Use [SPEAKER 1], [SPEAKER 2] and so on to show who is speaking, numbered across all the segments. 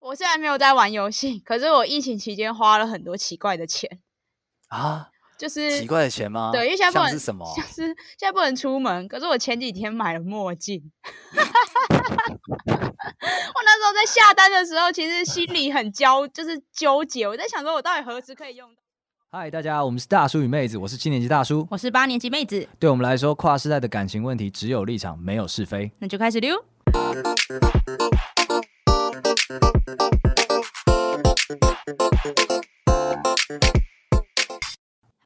[SPEAKER 1] 我虽然没有在玩游戏， 可是我疫情期间花了很多奇怪的钱，
[SPEAKER 2] 啊？
[SPEAKER 1] 就是
[SPEAKER 2] 奇怪的钱吗？
[SPEAKER 1] 对，因为现在不
[SPEAKER 2] 像
[SPEAKER 1] 能
[SPEAKER 2] 是什么？
[SPEAKER 1] 像是现在不能出门。可是我前几天买了墨镜， 我那时候在下单的时候，其实心里很焦，就是纠结。我在想说，我到底何时可以用到？
[SPEAKER 2] 嗨，大家，我们是大叔与妹子，我是七年级大叔。
[SPEAKER 3] 我是八年级妹子，
[SPEAKER 2] 对我们来说，跨世代的感情问题只有立场，没有是非。
[SPEAKER 3] 那就开始溜。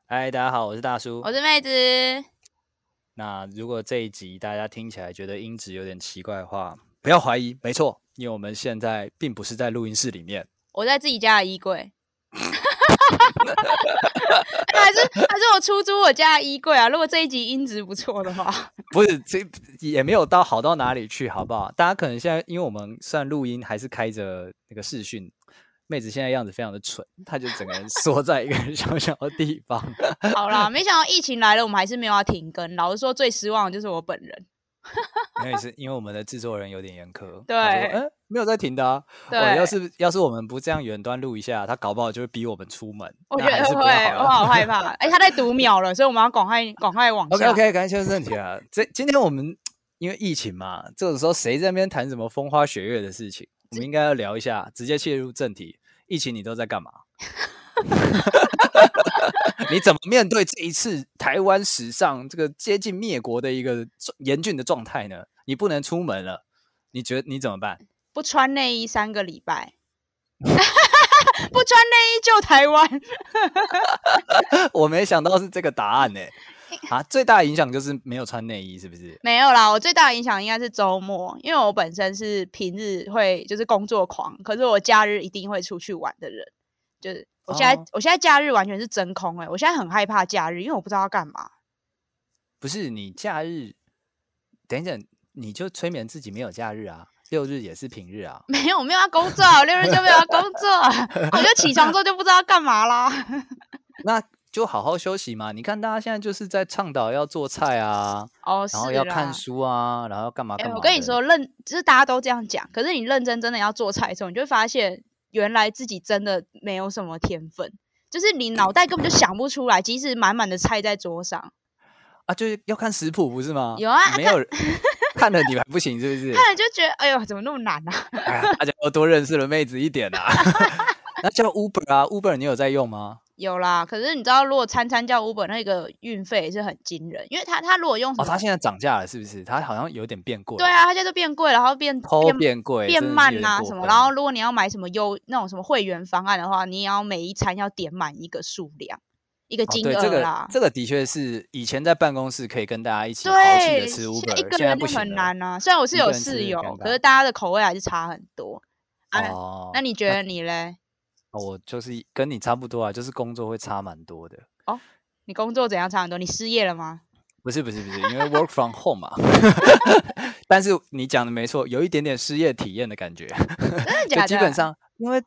[SPEAKER 2] 嗨，大家好，我是大叔
[SPEAKER 1] 我。是妹子，
[SPEAKER 2] 那如果这一集大家听起来觉得音质有点奇怪的话，不要怀疑，没错，因为我们现在并不是在录音室里面。
[SPEAKER 1] 我在自己家的衣柜。 哎还是还是我出租我家的衣柜啊！如果这一集音质不错的话，
[SPEAKER 2] 不是，这也没有到好到哪里去，好不好？大家可能现在，因为我们虽然录音还是开着那个视讯，妹子现在样子非常的蠢，她就整个人 缩在一个小小的地方。
[SPEAKER 1] 好啦，没想到疫情来了，我们还是没有要停更。老实说，最失望的就是我本人。
[SPEAKER 2] 没有，是因为我们的制作人有点严苛，
[SPEAKER 1] 对
[SPEAKER 2] 嗯、诶没有在停的啊。
[SPEAKER 1] 对，
[SPEAKER 2] 哇要是要是我们不这样远端录一下，他搞不好就会逼我们出门。
[SPEAKER 1] 我
[SPEAKER 2] 那
[SPEAKER 1] 觉
[SPEAKER 2] 还
[SPEAKER 1] 得
[SPEAKER 2] 是
[SPEAKER 1] 会，
[SPEAKER 2] 不要好了
[SPEAKER 1] 我好害怕。哎、他在读秒 了，所以我们要赶快赶快往
[SPEAKER 2] OK
[SPEAKER 1] 下。
[SPEAKER 2] OK，感谢先生题啊。这今天我们因为疫情嘛，这个时候谁在那边谈什么风花雪月的事情？我们应该要聊一下，直接切入正题。疫情你都在干嘛？ 你怎么面对这一次台湾史上这个接近灭国的一个状严峻的状态呢？你不能出门了，你觉得你怎么办？
[SPEAKER 1] 不穿内衣三个礼拜， 不穿内衣救台湾。
[SPEAKER 2] 我没想到是这个答案呢、啊，最大的影响就是没有穿内衣，是不是？
[SPEAKER 1] 没有啦，我最大的影响应该是周末，因为我本身是平日会就是工作狂，可是我假日一定会出去玩的人。就是我现在、
[SPEAKER 2] 哦
[SPEAKER 1] 我现在假日完全是真空哎、我现在很害怕假日，因为我不知道要干嘛。
[SPEAKER 2] 不是你假日，等一等，你就催眠自己没有假日啊，六日也是平日啊。
[SPEAKER 1] 没有，我没有要工 作啊，我六日就没有要工作啊，我就起床之后就不知道要干嘛啦。
[SPEAKER 2] 那就好好休息嘛。你看大家现在就是在倡导要做菜啊，
[SPEAKER 1] 哦，
[SPEAKER 2] 然后
[SPEAKER 1] 是
[SPEAKER 2] 要
[SPEAKER 1] 啦
[SPEAKER 2] 看书啊，然后要干嘛
[SPEAKER 1] 哎、
[SPEAKER 2] 干嘛、
[SPEAKER 1] 我跟你，说，认就是大家都这样讲，可是你认真真的要做菜的时候，你就会发现原来自己真的没有什么天分，就是你脑袋根本就想不出来，即使满满的菜在桌上，
[SPEAKER 2] 啊，就是要看食谱不是吗？
[SPEAKER 1] 有啊
[SPEAKER 2] 没 有人看了你还不行是不是？
[SPEAKER 1] 看了就觉得哎呦，怎么那么难啊？
[SPEAKER 2] 哎呀大家都多认识了妹子一点 啊。那叫 Uber 啊，Uber 你有在用吗？
[SPEAKER 1] 有啦，可是你知道，如果餐餐叫 Uber 那个运费也是很惊人，因为他他如果用什
[SPEAKER 2] 哦，
[SPEAKER 1] 么
[SPEAKER 2] 它现在涨价了是不是？它好像有点变贵。
[SPEAKER 1] 对，啊，他现在都变贵了，然后变
[SPEAKER 2] 偷
[SPEAKER 1] 变
[SPEAKER 2] 变贵，
[SPEAKER 1] 变
[SPEAKER 2] 真的是有
[SPEAKER 1] 慢
[SPEAKER 2] 点
[SPEAKER 1] 啊
[SPEAKER 2] 过
[SPEAKER 1] 什么，
[SPEAKER 2] 分哦
[SPEAKER 1] 然后如果你要买什么优那种什么会员方案的话，你也要每一餐要点满一个数量，一个
[SPEAKER 2] 哦
[SPEAKER 1] 金
[SPEAKER 2] 对这
[SPEAKER 1] 额
[SPEAKER 2] 个
[SPEAKER 1] 啦。
[SPEAKER 2] 这个的确是以前在办公室可以跟大家一起豪气
[SPEAKER 1] 对，
[SPEAKER 2] 的吃
[SPEAKER 1] 现在
[SPEAKER 2] Uber，
[SPEAKER 1] 一个
[SPEAKER 2] 现在
[SPEAKER 1] 人就
[SPEAKER 2] 不行
[SPEAKER 1] 很
[SPEAKER 2] 了
[SPEAKER 1] 难啊。虽然我是
[SPEAKER 2] 一个
[SPEAKER 1] 有
[SPEAKER 2] 人吃
[SPEAKER 1] 室
[SPEAKER 2] 很
[SPEAKER 1] 友
[SPEAKER 2] 尴，
[SPEAKER 1] 可
[SPEAKER 2] 尬
[SPEAKER 1] 是大家的口味还是差很多。啊
[SPEAKER 2] 哦，
[SPEAKER 1] 那你觉得你嘞？
[SPEAKER 2] 我就是跟你差不多啊，就是工作会差蛮多的。
[SPEAKER 1] 你工作怎样差很多？你失业了吗？
[SPEAKER 2] 不是不是不是，因为 work from home 嘛。 但是你讲的没错，有一点点失业体验的感觉。
[SPEAKER 1] 真的
[SPEAKER 2] 就
[SPEAKER 1] 假
[SPEAKER 2] 基本
[SPEAKER 1] 的？
[SPEAKER 2] 上，因为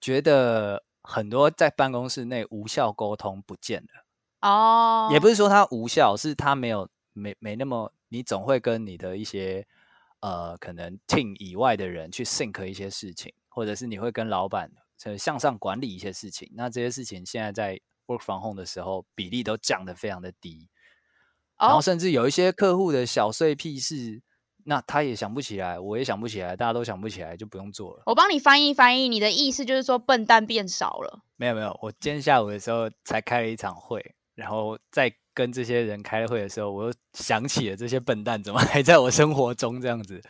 [SPEAKER 2] 觉得很多在办公室内无效沟通不见了。
[SPEAKER 1] 哦，
[SPEAKER 2] 也不是说它无效，是它没有没没那么，你总会跟你的一些呃可能 team 以外的人去 think 一些事情，或者是你会跟老板呃向上管理一些事情。那这些事情现在在 work from home 的时候，比例都降得非常的低，然后
[SPEAKER 1] 哦，
[SPEAKER 2] 甚至有一些客户的小碎屁事，那他也想不起来，我也想不起来，大家都想不起来，就不用做了。
[SPEAKER 1] 我帮你翻译翻译，你的意思就是说笨蛋变少了。
[SPEAKER 2] 没有没有，我今天下午的时候才开了一场会，然后在跟这些人开会的时候，我又想起了这些笨蛋怎么还在我生活中这样子，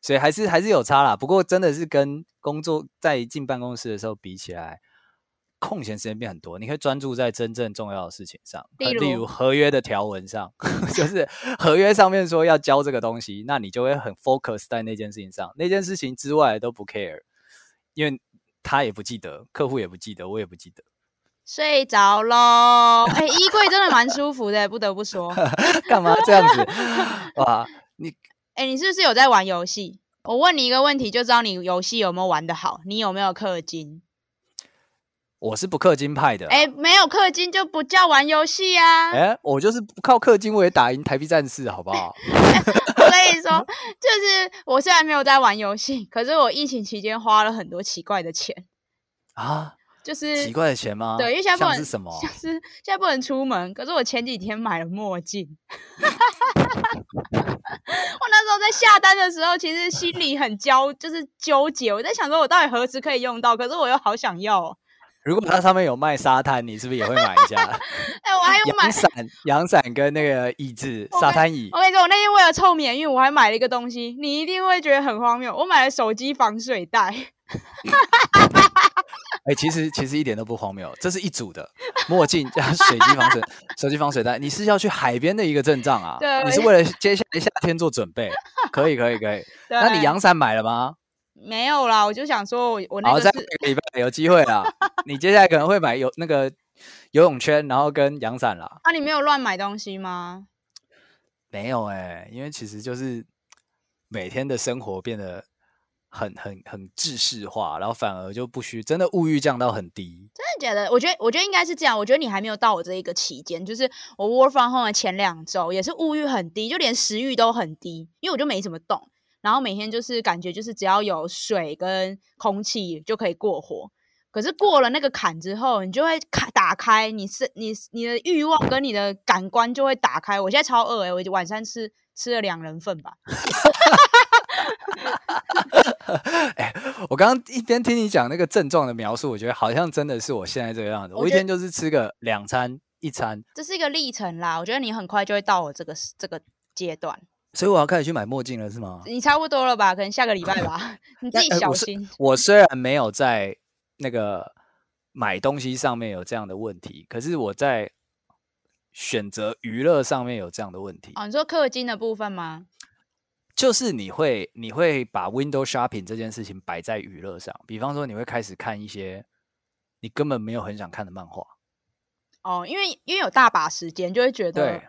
[SPEAKER 2] 所以还是还是有差啦。不过真的是跟工作在进办公室的时候比起来，空闲时间变很多，你可以专注在真正重要的事情上，
[SPEAKER 1] 例
[SPEAKER 2] 呃例
[SPEAKER 1] 如
[SPEAKER 2] 如合约的条文上， 就是 合约上面说要交这个东西，那你就会很 focus 在那件事情上，那件事情之外都不 care，因为他也不记得，客户也不记得，我也不记得。
[SPEAKER 1] 睡着喽，哎、衣柜真的蛮舒服的，不得不说。
[SPEAKER 2] 干嘛这样 子？哇，你
[SPEAKER 1] 哎、你是不是有在玩游戏？我问你一个问题，就知道你游戏有没有玩得好，你有没有氪金？
[SPEAKER 2] 我是不氪金派的啦。啊
[SPEAKER 1] 哎、没有氪金就不叫玩游戏啊！
[SPEAKER 2] 哎、我就是不靠氪金我也打赢台币战士，好不好？
[SPEAKER 1] 所以说，就是我虽然没有在玩游戏，可是我疫情期间花了很多奇怪的钱，
[SPEAKER 2] 啊，
[SPEAKER 1] 就是
[SPEAKER 2] 奇怪的钱吗？
[SPEAKER 1] 对，因为现在不
[SPEAKER 2] 像
[SPEAKER 1] 能
[SPEAKER 2] 是什么？啊
[SPEAKER 1] 像是现在不能出门。可是我前几天买了墨镜， 我那时候在下单的时候，其实心里很焦，就是纠结。我在想说，我到底何时可以用到？可是我又好想要、哦。
[SPEAKER 2] 如果它上面有卖沙滩，你是不是也会买 一下？
[SPEAKER 1] 哎、我还有买
[SPEAKER 2] 阳，伞、阳伞跟那个椅子、
[SPEAKER 1] 我
[SPEAKER 2] 沙
[SPEAKER 1] 跟
[SPEAKER 2] 滩椅
[SPEAKER 1] 我跟你说，我那天为了凑免运，我还买了一个东西，你一定会觉得很荒谬。我买了手机防水袋，
[SPEAKER 2] 哎、其实其实一点都不荒谬，这是一组的墨镜加水晶 防水、手机防水袋。你是要去海边的一个阵仗啊？
[SPEAKER 1] 对
[SPEAKER 2] 你是为了接下来夏天做准备。可以可以可以。那
[SPEAKER 1] 对
[SPEAKER 2] 你阳伞买了吗？
[SPEAKER 1] 没有啦，我就想说我我那
[SPEAKER 2] 好，
[SPEAKER 1] 个
[SPEAKER 2] 在
[SPEAKER 1] 是
[SPEAKER 2] 下个礼拜有机 会啦。你接下来可能会买游那个游泳圈，然后跟阳伞啦。
[SPEAKER 1] 啊，你没有乱买东西吗？
[SPEAKER 2] 没有哎、因为其实就是每天的生活变得很很很制式化，然后反而就不需真的物欲降到很低。
[SPEAKER 1] 真的觉得，我觉得，我觉得应该是这样。我觉得你还没有到我这一个期间，就是我 work from home 的前两周，也是物欲很低，就连食欲都很低，因为我就没怎么动，然后每天就是感觉就是只要有水跟空气就可以过活。可是过了那个坎之后，你就会开打开，你是你你的欲望跟你的感官就会打开。我现在超饿诶、欸，我晚餐吃吃了两人份吧。
[SPEAKER 2] 我刚刚一边听你讲那个症状的描述，我觉得好像真的是我现在这个样子。
[SPEAKER 1] 我
[SPEAKER 2] 我一
[SPEAKER 1] 觉得
[SPEAKER 2] 天就是吃个两餐一餐，
[SPEAKER 1] 这是一个历程啦，我觉得你很快就会到我这个这个阶段。
[SPEAKER 2] 所以我要开始去买墨镜了，是吗？
[SPEAKER 1] 你差不多了吧？可能下个礼拜 吧，你自
[SPEAKER 2] 那
[SPEAKER 1] 己
[SPEAKER 2] 呃
[SPEAKER 1] 小
[SPEAKER 2] 我是
[SPEAKER 1] 心。
[SPEAKER 2] 我虽然没有在那个买东西上面有这样的问题，可是我在选择娱乐上面有这样的问题，
[SPEAKER 1] 哦，你说氪金的部分吗？
[SPEAKER 2] 就是你会你会把 window shopping 这件事情摆在娱乐上，比方说你会开始看一些你根本没有很想看的漫画，
[SPEAKER 1] 哦，因为因为有大把时间，就会觉
[SPEAKER 2] 对
[SPEAKER 1] 得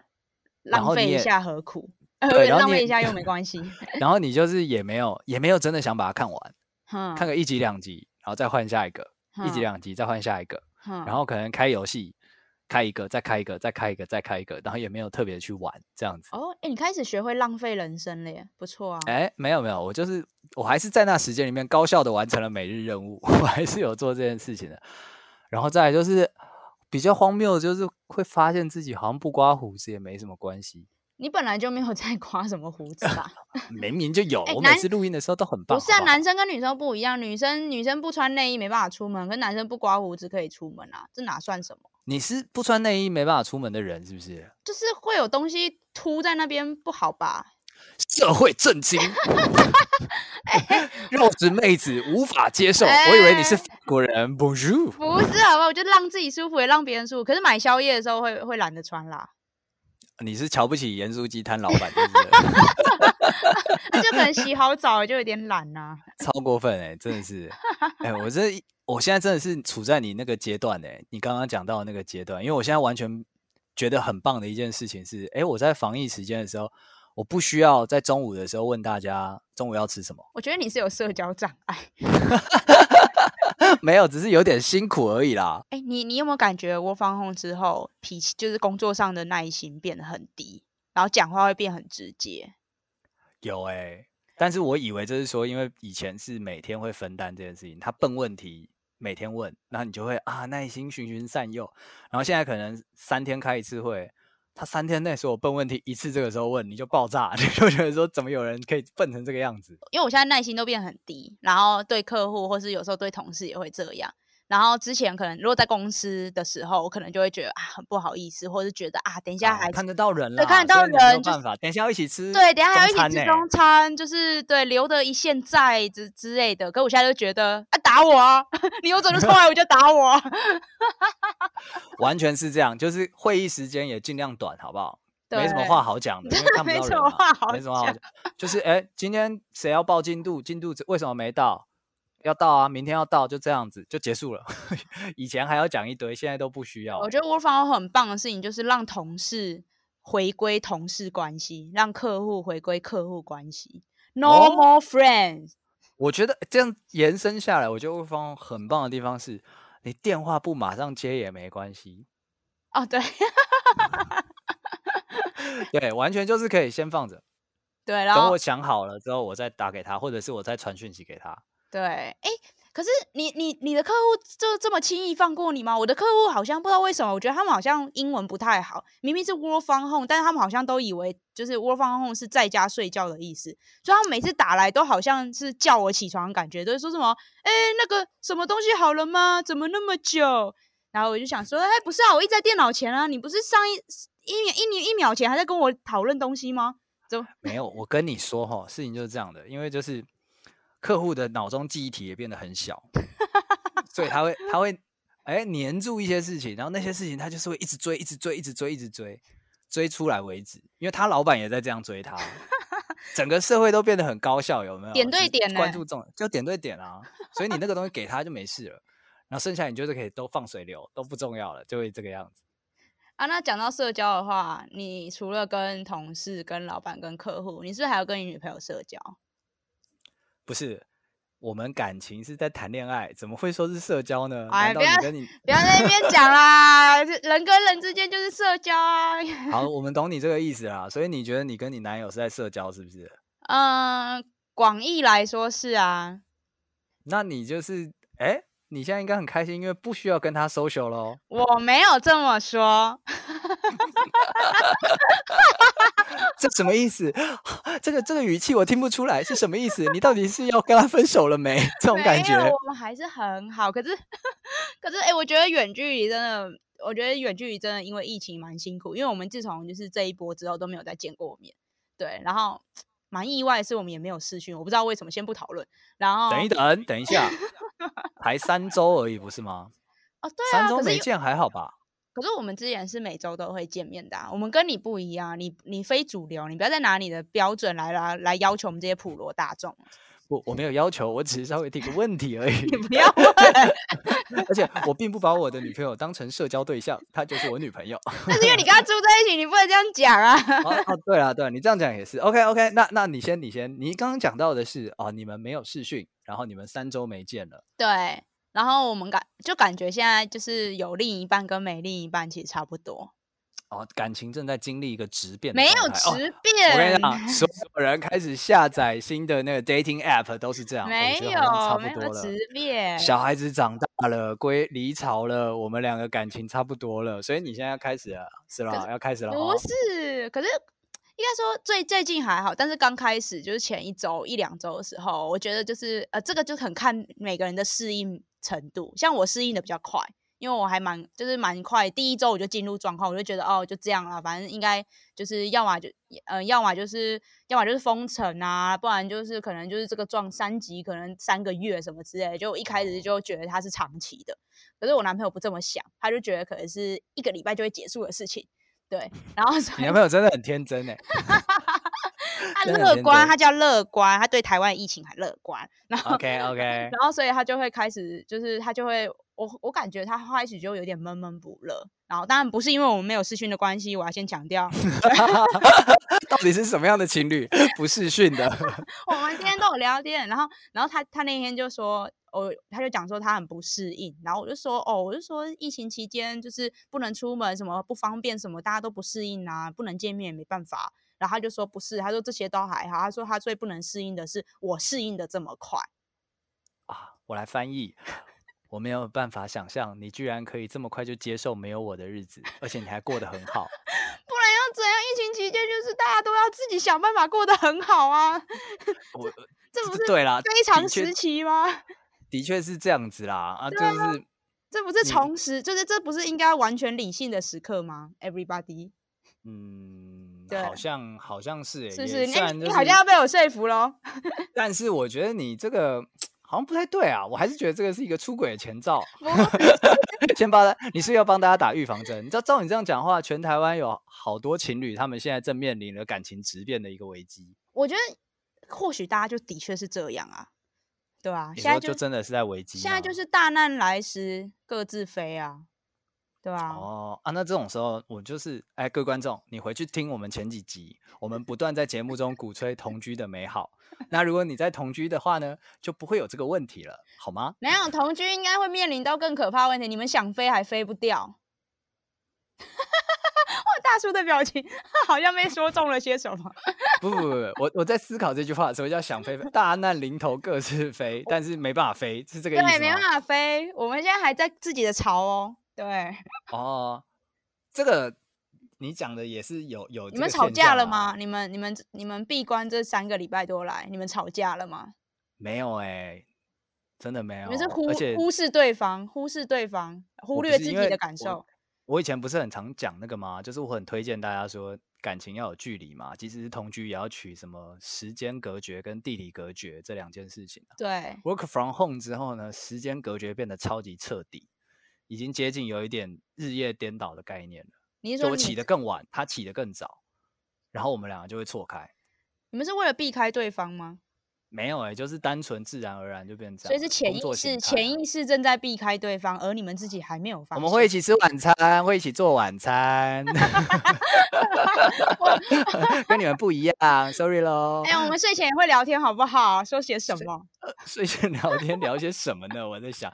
[SPEAKER 2] 然
[SPEAKER 1] 浪
[SPEAKER 2] 后
[SPEAKER 1] 费
[SPEAKER 2] 你
[SPEAKER 1] 一
[SPEAKER 2] 也
[SPEAKER 1] 下何苦？
[SPEAKER 2] 对然后
[SPEAKER 1] 浪
[SPEAKER 2] 你也
[SPEAKER 1] 费一 下又没关系。
[SPEAKER 2] 然后你就是也没有也没有真的想把它看完。
[SPEAKER 1] 哼，
[SPEAKER 2] 看个一集两集，然后再换下一个，一集
[SPEAKER 1] 哼，
[SPEAKER 2] 两集再换下一个，
[SPEAKER 1] 哼
[SPEAKER 2] 然后可能开游戏，开一个，再开一个，再开一个，再开一个，然后也没有特别去玩这样子。
[SPEAKER 1] 哦，哎，你开始学会浪费人生了耶，不错啊。
[SPEAKER 2] 哎，没有没有，我就是我还是在那时间里面高效的完成了每日任务， 我还是有做这件事情的。然后再来就是比较荒谬的，就是会发现自己好像不刮胡子也没什么 关系，
[SPEAKER 1] 你本来就没有 在刮什么胡子吧？
[SPEAKER 2] 明明就有。
[SPEAKER 1] 哎
[SPEAKER 2] 我每
[SPEAKER 1] 男
[SPEAKER 2] 次录音的时候都很 棒。
[SPEAKER 1] 不是啊，
[SPEAKER 2] 好好
[SPEAKER 1] 男生跟女生不一样，女生女生不穿内衣没办法出门，跟男生不刮胡子可以出门啊，这哪算什么？
[SPEAKER 2] 你是不穿内衣没办法出门的人，是不是？
[SPEAKER 1] 就是会有东西凸在那边，不好吧？
[SPEAKER 2] 社会震惊， 肉质妹子无法接受。
[SPEAKER 1] 哎
[SPEAKER 2] 我以为你是法国人，Bonjour。
[SPEAKER 1] 不是，好吧，我就让自己舒服，也让别人舒服。可是买宵夜的时候会会懒得穿啦，
[SPEAKER 2] 你是瞧不起盐酥鸡摊老板，是不是？
[SPEAKER 1] 那就可能洗好澡就有点懒啊呐、
[SPEAKER 2] 超过分哎、真的是哎、我这一我现在真的是处在你那个阶段哎、你刚刚讲到的那个阶段，因为我现在完全觉得很棒的一件事情是，哎、我在防疫时间的时候，我不需要在中午的时候问大家中午要吃什么，
[SPEAKER 1] 我觉得你是有社交障碍。
[SPEAKER 2] 没有，只是有点辛苦而已啦。
[SPEAKER 1] 哎、你你有没有感觉我放空之后，脾气就是工作上的耐心变得很低，然后讲话会变很直接？
[SPEAKER 2] 有哎、但是我以为这是说，因为以前是每天会分担这件事情，他笨问题每天问，然后你就会啊耐心循循善诱，然后现在可能三天开一次会，他三天内所有笨问题一次这个时候问，你就爆炸， 你就觉得说怎么有人可以笨成这个样子？
[SPEAKER 1] 因为我现在耐心都变很低，然后对客户或是有时候对同事也会这样。然后之前可能如果在公司的时候，我可能就会觉得啊很不好意思，或是觉得啊等一下
[SPEAKER 2] 啊
[SPEAKER 1] 还
[SPEAKER 2] 看得到人啦，
[SPEAKER 1] 对看得到
[SPEAKER 2] 所以你没有
[SPEAKER 1] 人就
[SPEAKER 2] 办
[SPEAKER 1] 是
[SPEAKER 2] 法，等一下要一起吃，欸
[SPEAKER 1] 对，等一下还要一起吃
[SPEAKER 2] 呢
[SPEAKER 1] 中餐，就是对留得一线在之之类的。可我现在就觉得啊，打我啊！ 你有种就冲来，我就打我啊、
[SPEAKER 2] 完全是这样，就是会议时间也尽量短，好 不好？没什么
[SPEAKER 1] 对
[SPEAKER 2] 话好讲的，因为看不
[SPEAKER 1] 没
[SPEAKER 2] 到
[SPEAKER 1] 什
[SPEAKER 2] 人
[SPEAKER 1] 么
[SPEAKER 2] 嘛
[SPEAKER 1] 话好
[SPEAKER 2] 没什么话好讲。就是哎、今天谁要报进度？进度为什么没到？要到啊，明天要到，就这样子就结束了。 以前还要讲一堆，现在都不需要了
[SPEAKER 1] 我。觉得 work from home 很棒的事情就是让同事回归同事关系，让客户回归客户关系。No
[SPEAKER 2] 哦
[SPEAKER 1] more friends，
[SPEAKER 2] 我觉得这样延伸下来，我觉得魏方很棒的地方是，你电话不马上接也没关系，
[SPEAKER 1] 哦，对
[SPEAKER 2] 对，完全就是可以先放着，
[SPEAKER 1] 对，然
[SPEAKER 2] 等
[SPEAKER 1] 后
[SPEAKER 2] 我想好了之后我再打给他，或者是我再传讯息给他。
[SPEAKER 1] 对，哎，可是你你你的客户就这么轻易放过你吗？我的客户好像不知道为什么，我觉得他们好像英文不太好，明明是 work from home，但是他们好像都以为就是 work from home 是在家睡觉的意思，所以他们每次打来都好像是叫我起床，的感觉都是说什么，哎，那个什么东西好了吗？怎么那么久？然后我就想说，哎，不是啊，我一直在电脑前啊，你不是上一一秒一秒一秒前还在跟我讨论东西吗？怎么？
[SPEAKER 2] 没有，我跟你说哈，事情就是这样的，因为就是客户的脑中记忆体也变得很小， 所以他会他会哎黏住一些事情，然后那些事情他就是会一直追，一直追，一直追，一直追，追出来为止。因为他老板也在这样追 他，整个社会都变得很高效，有没有？
[SPEAKER 1] 点对
[SPEAKER 2] 只
[SPEAKER 1] 点
[SPEAKER 2] 关
[SPEAKER 1] 呢
[SPEAKER 2] 注重就点对点啊，所以你那个东西给他就没事了，然后剩下你就是可以都放水流，都不重要了，就会这个样子。
[SPEAKER 1] 啊，那讲到社交的话，你除了跟同事、跟老板、跟客户，你是不是还要跟你女朋友社交？
[SPEAKER 2] 不是，我们感情是在谈恋爱，怎么会说是社交呢？
[SPEAKER 1] 哎
[SPEAKER 2] 难道
[SPEAKER 1] 不要
[SPEAKER 2] 你 跟你
[SPEAKER 1] 不要在那边讲啦， 这人跟人之间就是社交啊。
[SPEAKER 2] 好，我们懂你这个意思啦。所以你觉得你跟你男友是在社交，是不是？
[SPEAKER 1] 嗯，广义来说是啊，
[SPEAKER 2] 那你就是哎、你现在应该很开心，因为不需要跟他 social 咯。
[SPEAKER 1] 我没有这么说。
[SPEAKER 2] 这什么意思？ 这个这个语气我听不出来是什么意思。你到底是要跟他分手了没？ 这种感
[SPEAKER 1] 没
[SPEAKER 2] 觉
[SPEAKER 1] 有，我们还是很好。可是， 可是，哎、我觉得远距离真的，我觉得远距离真的因为疫情蛮辛苦，因为我们自从就是这一波之后都没有再见过面。对，然后蛮意外的是我们也没有视讯，我不知道为什么，先不讨论。然后
[SPEAKER 2] 等一等，等 一下，才三周而已，不是吗？
[SPEAKER 1] 哦，对啊，
[SPEAKER 2] 三周
[SPEAKER 1] 可是
[SPEAKER 2] 没
[SPEAKER 1] 因
[SPEAKER 2] 见还好吧？
[SPEAKER 1] 可是我们之前是每周都会见面的、啊，我们跟你不一样，你你非主流，你不要再拿你的标准来来来要求我们这些普罗大众了，
[SPEAKER 2] 我我没有要求，我只是稍微提个问题而已。
[SPEAKER 1] 你不要问。
[SPEAKER 2] 而且我并不把我的女朋友当成社交对象，她就是我女朋友。
[SPEAKER 1] 但是因为你跟他住在一起，你不能这样讲啊。
[SPEAKER 2] 哦哦，对啊，对啊，你这样讲也是 OK OK 那。那你先，你先，你刚刚讲到的是哦，你们没有视讯，然后你们三周没见了，
[SPEAKER 1] 对，然后我们感就感觉现在就是有另一半跟没另一半其实差不多，
[SPEAKER 2] 哦，感情正在经历一个质变的
[SPEAKER 1] 没
[SPEAKER 2] 状
[SPEAKER 1] 有
[SPEAKER 2] 态哦
[SPEAKER 1] 质
[SPEAKER 2] 我跟
[SPEAKER 1] 变
[SPEAKER 2] 你。讲，所有人开始下载新的那个 dating app 都是这样，哦
[SPEAKER 1] 没
[SPEAKER 2] 我觉得好像差
[SPEAKER 1] 有，没
[SPEAKER 2] 不多
[SPEAKER 1] 有
[SPEAKER 2] 了。
[SPEAKER 1] 质变，
[SPEAKER 2] 小孩子长大了，归离巢了，我们两个感情差不多了，所以你现在要开始了，是
[SPEAKER 1] 可
[SPEAKER 2] 吧？要开始了哦，
[SPEAKER 1] 不是，可是应该说最最近还好，但是刚开始就是前一周一两周的时候，我觉得就是呃，这个就很看每个人的适应程度。像我适应的比较快，因为我还蛮就是蛮快，第一周我就进入状况，我就觉得哦就这样啦，反正应该就是要么就呃，要么就是要么就是封城啊，不然就是可能就是这个撞三级，可能三个月什么之类的，就我一开始就觉得它是长期的。可是我男朋友不这么想，他就觉得可能是一个礼拜就会结束的事情。对，然后所以
[SPEAKER 2] 你男朋友真的很天真哎。
[SPEAKER 1] 他
[SPEAKER 2] 真的很
[SPEAKER 1] 乐
[SPEAKER 2] 天
[SPEAKER 1] 观，
[SPEAKER 2] 真
[SPEAKER 1] 他叫乐观，他对台湾疫情还乐观，然后
[SPEAKER 2] OK OK，
[SPEAKER 1] 然后所以他就会开始，就是他就会，我我感觉他开始就有点闷闷不乐。然后当然不是因为我们没有视讯的关系，我要先强调，
[SPEAKER 2] 到底是什么样的情 侣不视讯的？
[SPEAKER 1] 我们今天都有聊天。然后然后他他那天就说，哦，他就讲说他很不适应。然后我就说，哦，我就说疫情期间就是不能出门，什么不方便，什么大家都不适应啊，不能见面也没办法。然后他就说不是，他说这些都还好，他说他最不能适应的是我适应的这么快。
[SPEAKER 2] 啊，我来翻译。我没有办法想象，你居然可以这么快就接受没有我的日子，而且你还过得很好。
[SPEAKER 1] 不然要怎样？疫情期间就是大家都要自己想办法过得很好啊，
[SPEAKER 2] 我呃
[SPEAKER 1] 这不
[SPEAKER 2] 这
[SPEAKER 1] 是
[SPEAKER 2] 对啦，
[SPEAKER 1] 非常
[SPEAKER 2] 的确
[SPEAKER 1] 时期吗？
[SPEAKER 2] 的确是这样子啦啊，就是
[SPEAKER 1] 这不是
[SPEAKER 2] 你
[SPEAKER 1] 重拾，就是这不是应该完全理性的时刻吗？Everybody，
[SPEAKER 2] 嗯，
[SPEAKER 1] 对
[SPEAKER 2] 好像好像是欸，
[SPEAKER 1] 是不
[SPEAKER 2] 也
[SPEAKER 1] 是？
[SPEAKER 2] 虽
[SPEAKER 1] 那
[SPEAKER 2] 然
[SPEAKER 1] 你
[SPEAKER 2] 就
[SPEAKER 1] 你
[SPEAKER 2] 是，
[SPEAKER 1] 好像要被我说服 喽。
[SPEAKER 2] 但是我觉得你这个好像不太对啊，我还是觉得这个是一个出轨的前兆。
[SPEAKER 1] 不是
[SPEAKER 2] 先帮大，你是要帮大家打预防针。你知道，照你这样讲话，全台湾有好多情侣，他们现在正面临了感情质变的一个危机。
[SPEAKER 1] 我觉得或许大家就的确是这样啊，对啊，
[SPEAKER 2] 你
[SPEAKER 1] 现在
[SPEAKER 2] 说就真的是在危机吗，
[SPEAKER 1] 现在就是大难来时各自飞啊。对啊，
[SPEAKER 2] 哦啊，那这种时候我就是，哎，各位观众，你回去听我们前几集，我们不断在节目中鼓吹同居的美好。那如果你在同居的话呢，就不会有这个问题了，好吗？
[SPEAKER 1] 没有同居应该会面临到更可怕的问题，你们想飞还飞不掉。 哇，大叔的表情好像被说中了些什 么。
[SPEAKER 2] 不不不不，我我在思考这句话的时候，要想飞，大难临头各自飞，但是没办法飞，是这个意思吗？
[SPEAKER 1] 对，没办法飞，我们现在还在自己的巢哦。对，
[SPEAKER 2] 哦，这个你讲的也是有有、
[SPEAKER 1] 你们吵架了
[SPEAKER 2] 啊
[SPEAKER 1] 吗？？你们、你们、你们闭关这三个礼拜多来，你们吵架了吗？
[SPEAKER 2] 没有哎、真的没
[SPEAKER 1] 你
[SPEAKER 2] 有。
[SPEAKER 1] 们是忽
[SPEAKER 2] 而且
[SPEAKER 1] 忽视对方，忽视对方，
[SPEAKER 2] 我
[SPEAKER 1] 忽
[SPEAKER 2] 不
[SPEAKER 1] 略
[SPEAKER 2] 是
[SPEAKER 1] 自己
[SPEAKER 2] 因为
[SPEAKER 1] 的感
[SPEAKER 2] 我
[SPEAKER 1] 受。
[SPEAKER 2] 我以前不是很常讲那个吗？就是我很推荐大家说感情要有距离嘛，即使是同居也要取什么时间隔绝跟地理隔绝这两件事情啊、
[SPEAKER 1] 对，
[SPEAKER 2] Work from home 之后呢，时间隔绝变得超级彻底，已经接近有一点日夜颠倒的概念了。
[SPEAKER 1] 你是
[SPEAKER 2] 就
[SPEAKER 1] 说
[SPEAKER 2] 我
[SPEAKER 1] 你
[SPEAKER 2] 起得更晚，他起得更早，然后我们两个就会错开。
[SPEAKER 1] 你们是为了避开对方吗？
[SPEAKER 2] 没有哎、就是单纯自然而然就变成
[SPEAKER 1] 所
[SPEAKER 2] 这
[SPEAKER 1] 以是
[SPEAKER 2] 样了。
[SPEAKER 1] 潜
[SPEAKER 2] 啊工作
[SPEAKER 1] 意识，
[SPEAKER 2] 形态
[SPEAKER 1] 潜
[SPEAKER 2] 啊
[SPEAKER 1] 意识正在避开对方，而你们自己还没有发现。
[SPEAKER 2] 我们会一起吃晚餐，会一起做晚餐， 跟你们不一样，sorry 喽
[SPEAKER 1] 哎、。我们睡前也会聊天，好不好？说些什么？
[SPEAKER 2] 睡前聊天聊些什么呢？我在想，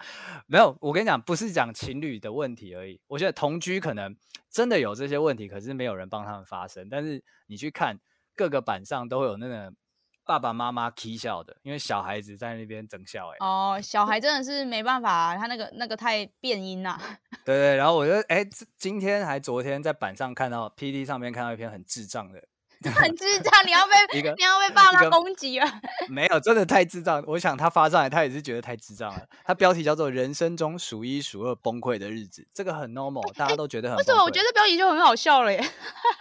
[SPEAKER 2] 没有，我跟你讲，不是讲情侣的问题而已。我觉得同居可能真的有这些问题，可是没有人帮他们发声。但是你去看各个版上都会有那个爸爸妈妈 k 笑的，因为小孩子在那边整笑哎、
[SPEAKER 1] 哦，小孩真的是没办法、他那个那个太变音 啦、
[SPEAKER 2] 对对，然后我就哎，这今天还昨天在板上看到 P D 上面看到一篇很智障的，
[SPEAKER 1] 很智障，你要被
[SPEAKER 2] 一个
[SPEAKER 1] 你要被爸
[SPEAKER 2] 一
[SPEAKER 1] 妈
[SPEAKER 2] 个
[SPEAKER 1] 攻击了。
[SPEAKER 2] 没有，真的太智障。我想他发上来，他也是觉得太智障了。他标题叫做《人生中数一数二崩溃的日子》，这个很 normal，大家都觉得很
[SPEAKER 1] 为
[SPEAKER 2] 崩
[SPEAKER 1] 什
[SPEAKER 2] 溃。
[SPEAKER 1] 么我觉得标题就很好笑了耶？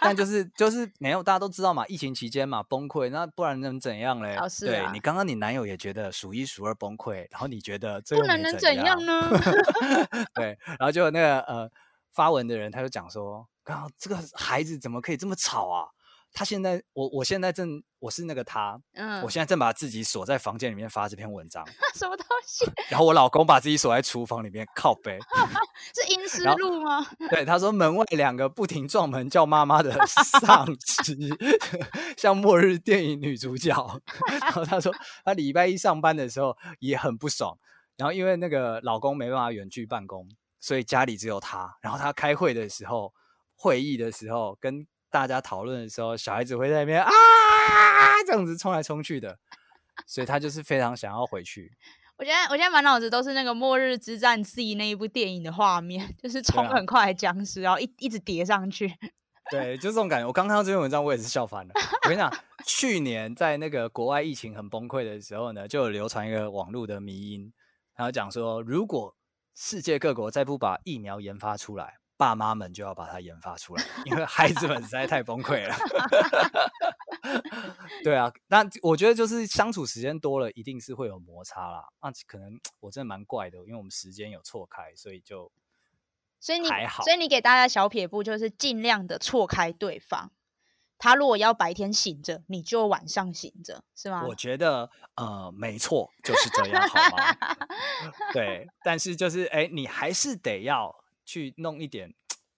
[SPEAKER 2] 但就是就是没有，大家都知道嘛，疫情期间嘛崩溃，那不然能怎样嘞？
[SPEAKER 1] 啊是
[SPEAKER 2] 对
[SPEAKER 1] 啊
[SPEAKER 2] 你刚刚你男友也觉得数一数二崩溃，然后你觉得这
[SPEAKER 1] 不
[SPEAKER 2] 又
[SPEAKER 1] 能
[SPEAKER 2] 没
[SPEAKER 1] 能
[SPEAKER 2] 怎
[SPEAKER 1] 怎样呢？
[SPEAKER 2] 对，然后就那个呃发文的人他就讲说，刚好这个孩子怎么可以这么吵啊？他现在我我现在正我是那个他，
[SPEAKER 1] 嗯
[SPEAKER 2] 我，现在正把自己锁在房间里面发这篇文章，
[SPEAKER 1] 什么东西？
[SPEAKER 2] 然后我老公把自己锁在厨房里面靠背。
[SPEAKER 1] 是 阴湿
[SPEAKER 2] 然后
[SPEAKER 1] 路吗？
[SPEAKER 2] 对，他说门外两个不停撞门叫妈妈的丧尸， 像末日电影女主角。 然后他说他礼拜一上班的时候也很不爽，然后因为那个老公没办法远距办公，所以家里只有他。然后他开会的时候、会议的时候、跟大家讨论的时候，小孩子会在那边啊这样子冲来冲去的，所以他就是非常想要回去。
[SPEAKER 1] 我现在我现在满脑子都是那个《末日之战 Z》那一部电影的画面，就是冲
[SPEAKER 2] 啊
[SPEAKER 1] 很快的僵尸，然后一一直叠上去。
[SPEAKER 2] 对，就这种感觉。我刚看到这篇文章，我也是笑翻了。我跟你讲，去年在那个国外疫情很崩溃的时候呢，就有流传一个网络的迷因，然后讲说，如果世界各国再不把疫苗研发出来，爸妈们就要把它研发出来，因为孩子们实在太崩溃了。 对啊，那我觉得就是相处时间多了，一定是会有摩擦啦。那可能我真的蛮怪的，因为我们时间有错开，所以就
[SPEAKER 1] 所以你
[SPEAKER 2] 还好
[SPEAKER 1] 所以你给大家小撇步就是尽量的错开对方。他如果要白天醒着，你就晚上醒着，是吗？
[SPEAKER 2] 我觉得呃，没错，就是这样，好吗？对，但是就是哎，你还是得要去弄一点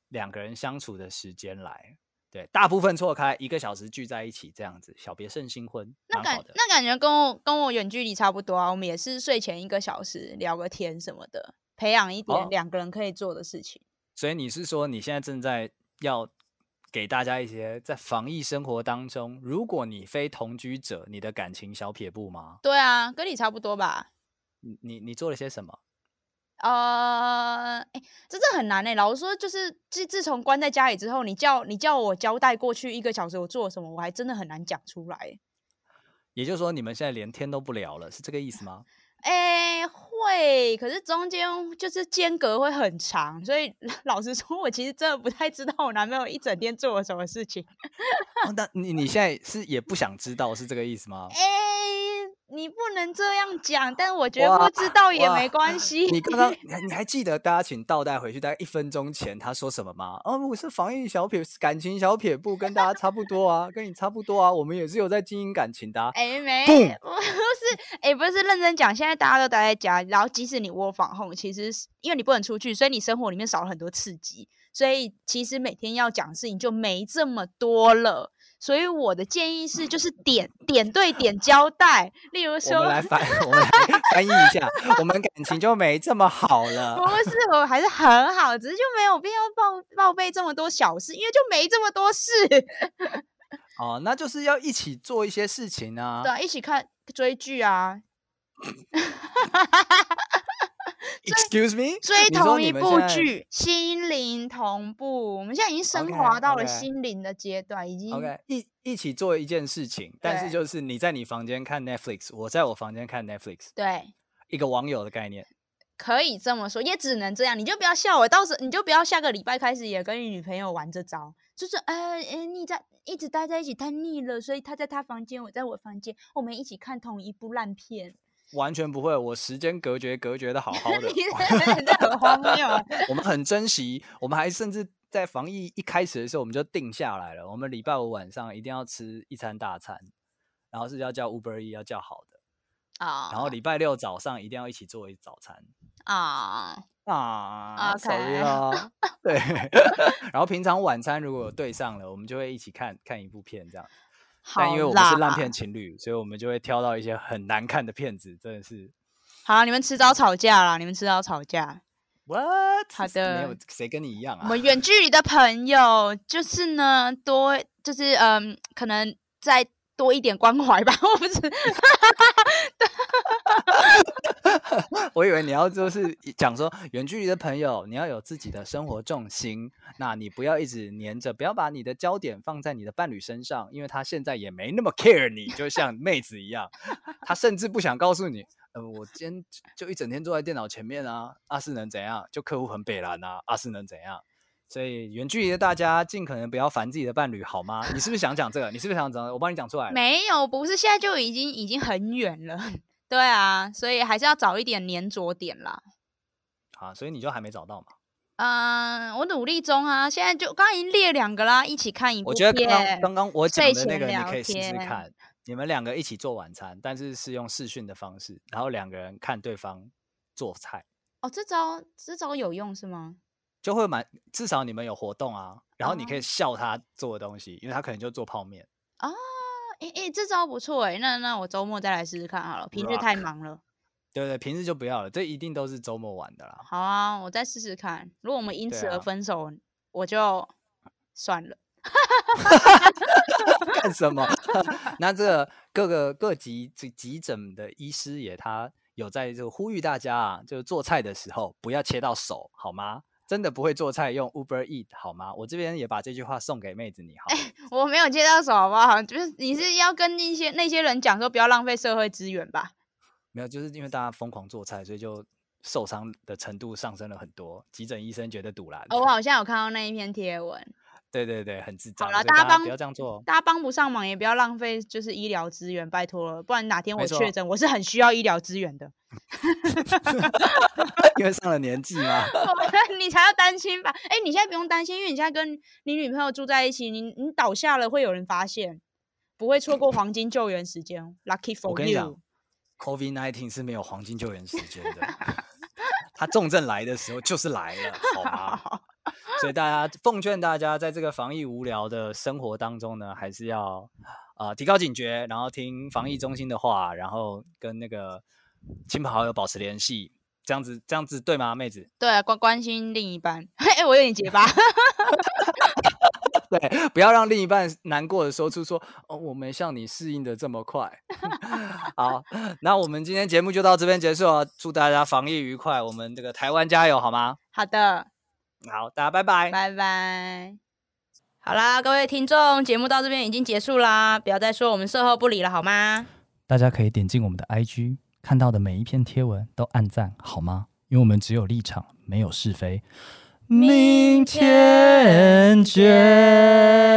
[SPEAKER 2] 两个人相处的时间来。对，大部分错开一个小时聚在一起这样子，小别胜新婚，
[SPEAKER 1] 那
[SPEAKER 2] 蛮
[SPEAKER 1] 感
[SPEAKER 2] 好的。
[SPEAKER 1] 那感觉跟我跟我远距离差不多啊，我们也是睡前一个小时聊个天什么的，培养一
[SPEAKER 2] 哦
[SPEAKER 1] 点两个人可以做的事情。
[SPEAKER 2] 所以你是说你现在正在要给大家一些在防疫生活当中，如果你非同居者，你的感情小撇步吗？
[SPEAKER 1] 对啊，跟你差不多吧。
[SPEAKER 2] 你你你做了些什么？
[SPEAKER 1] 呃，哎、这这很难哎、老实说，就是自自从关在家里之后，你叫你叫我交代过去一个小时我做了什么，我还真的很难讲出来欸。
[SPEAKER 2] 也就是说，你们现在连天都不聊了，是这个意思吗？
[SPEAKER 1] 哎、会，可是中间就是间隔会很长，所以 老实说，我其实真的不太知道我男朋友一整天做了什么事情。
[SPEAKER 2] 哦，那你你现在是也不想知道是这个意思 吗？
[SPEAKER 1] 哎、你不能这样讲，但我觉得
[SPEAKER 2] 哇
[SPEAKER 1] 不知道也
[SPEAKER 2] 哇
[SPEAKER 1] 没关系。
[SPEAKER 2] 你刚刚你还你还记得大家请倒带回去大概一分钟前他说什么吗？哦，我是防疫小撇感情小撇步，跟大家差不多啊，跟你差不多啊，我们也是有在经营感情的、啊。
[SPEAKER 1] 哎、没，
[SPEAKER 2] Boom
[SPEAKER 1] 不是哎、不是认真讲，现在大家都待在家，然后即使你窝房后，其实是因为你不能出去，所以你生活里面少了很多刺激，所以其实每天要讲的事情就没这么多了。所以我的建议是，就是点点对点交代，例如
[SPEAKER 2] 我
[SPEAKER 1] 哎说
[SPEAKER 2] 们，来翻，我们来翻译一下，我们感情就没这么好
[SPEAKER 1] 不
[SPEAKER 2] 了。
[SPEAKER 1] 是我还是很好，只是就没有必要报报备这么多小事，因为就没这么多事。
[SPEAKER 2] 哦，那就是要一起做一些事情啊
[SPEAKER 1] 对，啊，一起看追剧啊，
[SPEAKER 2] Excuse me，
[SPEAKER 1] 追
[SPEAKER 2] 你说
[SPEAKER 1] 同
[SPEAKER 2] 你
[SPEAKER 1] 一
[SPEAKER 2] 们
[SPEAKER 1] 部
[SPEAKER 2] 现在
[SPEAKER 1] 剧，心灵同步。我们现在已经升
[SPEAKER 2] OK，
[SPEAKER 1] 华到了
[SPEAKER 2] OK
[SPEAKER 1] 心灵的阶段，已经
[SPEAKER 2] ，OK，一一起做一件事情，但是
[SPEAKER 1] 对
[SPEAKER 2] 就是你在你房间看 Netflix，我在我房间看 Netflix，
[SPEAKER 1] 对，
[SPEAKER 2] 一个网友的概念。
[SPEAKER 1] 可以这么说，也只能这样。你就不要笑我，到时你就不要下个礼拜开始也跟你女朋友玩这招，就是呃呃，你在一直待在一起太腻了，所以他在他房间，我在我房间，我们一起看同一部烂片，
[SPEAKER 2] 完全不会，我时间隔绝隔绝的好好的
[SPEAKER 1] 你，真的很荒谬啊。
[SPEAKER 2] 我们很珍惜，我们还甚至在防疫一开始的时候我们就定下来了，我们礼拜五晚上一定要吃一餐大餐，然后是要叫 Uber E 要叫好的，
[SPEAKER 1] 啊
[SPEAKER 2] 然后礼拜六早上一定要一起做一早餐
[SPEAKER 1] 啊，
[SPEAKER 2] 啊
[SPEAKER 1] OK
[SPEAKER 2] 手艺咯， 对，然后平常晚餐如果有对上了，我们就会一起看看一部片这样，
[SPEAKER 1] 好
[SPEAKER 2] 但因为我们是烂
[SPEAKER 1] 啦
[SPEAKER 2] 片情侣，所以我们就会挑到一些很难看的片子，真的是
[SPEAKER 1] 好啦，你们迟早吵架啦，你们迟早吵架。
[SPEAKER 2] what？
[SPEAKER 1] 好
[SPEAKER 2] 没有
[SPEAKER 1] 的
[SPEAKER 2] 谁跟你一样啊
[SPEAKER 1] 我？们远距离的朋友，就是呢，多就是嗯，可能再多一点关怀吧。 我不是，
[SPEAKER 2] 我以为你要就是讲说远距离的朋友，你要有自己的生活重心，那你不要一直黏着，不要把你的焦点放在你的伴侣身上，因为他现在也没那么 care 你，就像妹子一样，他甚至不想告诉你，呃，我今天就一整天坐在电脑前面啊，阿、是能怎样？就客户很北蓝啊，阿、是能怎样？所以远距离的大家尽可能不要烦自己的伴侣，好吗？你是不是想讲这个？你是不是想讲这个？我帮你讲出来了。
[SPEAKER 1] 没有，不是，现在就已经已经很远了。 对啊，所以还是要找一点粘着点啦。
[SPEAKER 2] 啊，所以你就还没找到嘛？
[SPEAKER 1] 嗯，我努力中啊，现在就刚刚已经列两个啦，一起看一部
[SPEAKER 2] 我
[SPEAKER 1] 片。
[SPEAKER 2] 觉得刚刚刚刚我讲
[SPEAKER 1] 睡
[SPEAKER 2] 的那
[SPEAKER 1] 前
[SPEAKER 2] 个，你
[SPEAKER 1] 聊
[SPEAKER 2] 可以试试
[SPEAKER 1] 天
[SPEAKER 2] 看。你们两个一起做晚餐，但是是用视讯的方式，然后两个人看对方做菜，
[SPEAKER 1] 哦，这招这招有用是吗？
[SPEAKER 2] 就会蛮至少你们有活动啊。然后你可以
[SPEAKER 1] 哦
[SPEAKER 2] 笑他做的东西，因为他可能就做泡面。
[SPEAKER 1] 啊，诶诶，这招不错诶，那那我周末再来试试看好了，平时太
[SPEAKER 2] Rock
[SPEAKER 1] 忙了。
[SPEAKER 2] 对对，平时就不要了，这一定都是周末玩的啦。
[SPEAKER 1] 好啊，我再试试看。如果我们因
[SPEAKER 2] 对
[SPEAKER 1] 此
[SPEAKER 2] 啊
[SPEAKER 1] 而分手，我就算了。
[SPEAKER 2] 干什么？那这个各个各级急急诊的医师也他有在这个呼吁大家啊，就是做菜的时候不要切到手，好吗？真的不会做菜用 Uber Eat 好吗？我这边也把这句话送给妹子你好。
[SPEAKER 1] 我没有接到手，好不好？就是你是要跟那些那些人讲说不要浪费社会资源吧？
[SPEAKER 2] 没有，就是因为大家疯狂做菜，所以就受伤的程度上升了很多。急诊医生觉得堵啦，
[SPEAKER 1] 哦，我好像有看到那一篇贴文。
[SPEAKER 2] 对对对，很智障。
[SPEAKER 1] 好了，
[SPEAKER 2] 所以大
[SPEAKER 1] 帮
[SPEAKER 2] 不要这样做哦。
[SPEAKER 1] 大家帮不上忙，也不要浪费就是医疗资源，拜托了，不然哪天
[SPEAKER 2] 没
[SPEAKER 1] 我
[SPEAKER 2] 错
[SPEAKER 1] 确诊，我是很需要医疗资源 的。
[SPEAKER 2] 因为上了年纪嘛，
[SPEAKER 1] 你才要担心吧？哎、你现在不用担心，因为你现在跟你女朋友住在一起，你你倒下了会有人发现，不会错过黄金救援时间。Lucky 哦
[SPEAKER 2] 我
[SPEAKER 1] for
[SPEAKER 2] 跟你讲
[SPEAKER 1] you。
[SPEAKER 2] ，COVID nineteen 是没有黄金救援时间的， 它重症来的时候就是来了，好吗？所以大家奉劝大家，在这个防疫无聊的生活当中呢，还是要呃提高警觉，然后听防疫中心的话，然后跟那个亲朋好友保持联系，这样子这样子对吗，妹子？
[SPEAKER 1] 对啊，关关心另一半。 哎、我有点结巴。
[SPEAKER 2] 对，不要让另一半难过的说出说哦，我没像你适应的这么快。好，那我们今天节目就到这边结束了，祝大家防疫愉快，我们这个台湾加油好吗？
[SPEAKER 1] 好的，
[SPEAKER 2] 好，大家拜拜。
[SPEAKER 1] 拜拜。好啦，各位听众，节目到这边已经结束啦，不要再说我们售后不理了，好吗？
[SPEAKER 2] 大家可以点进我们的 IG，看到的每一篇贴文都按赞好吗？因为我们只有立场，没有是非。
[SPEAKER 1] 明天见。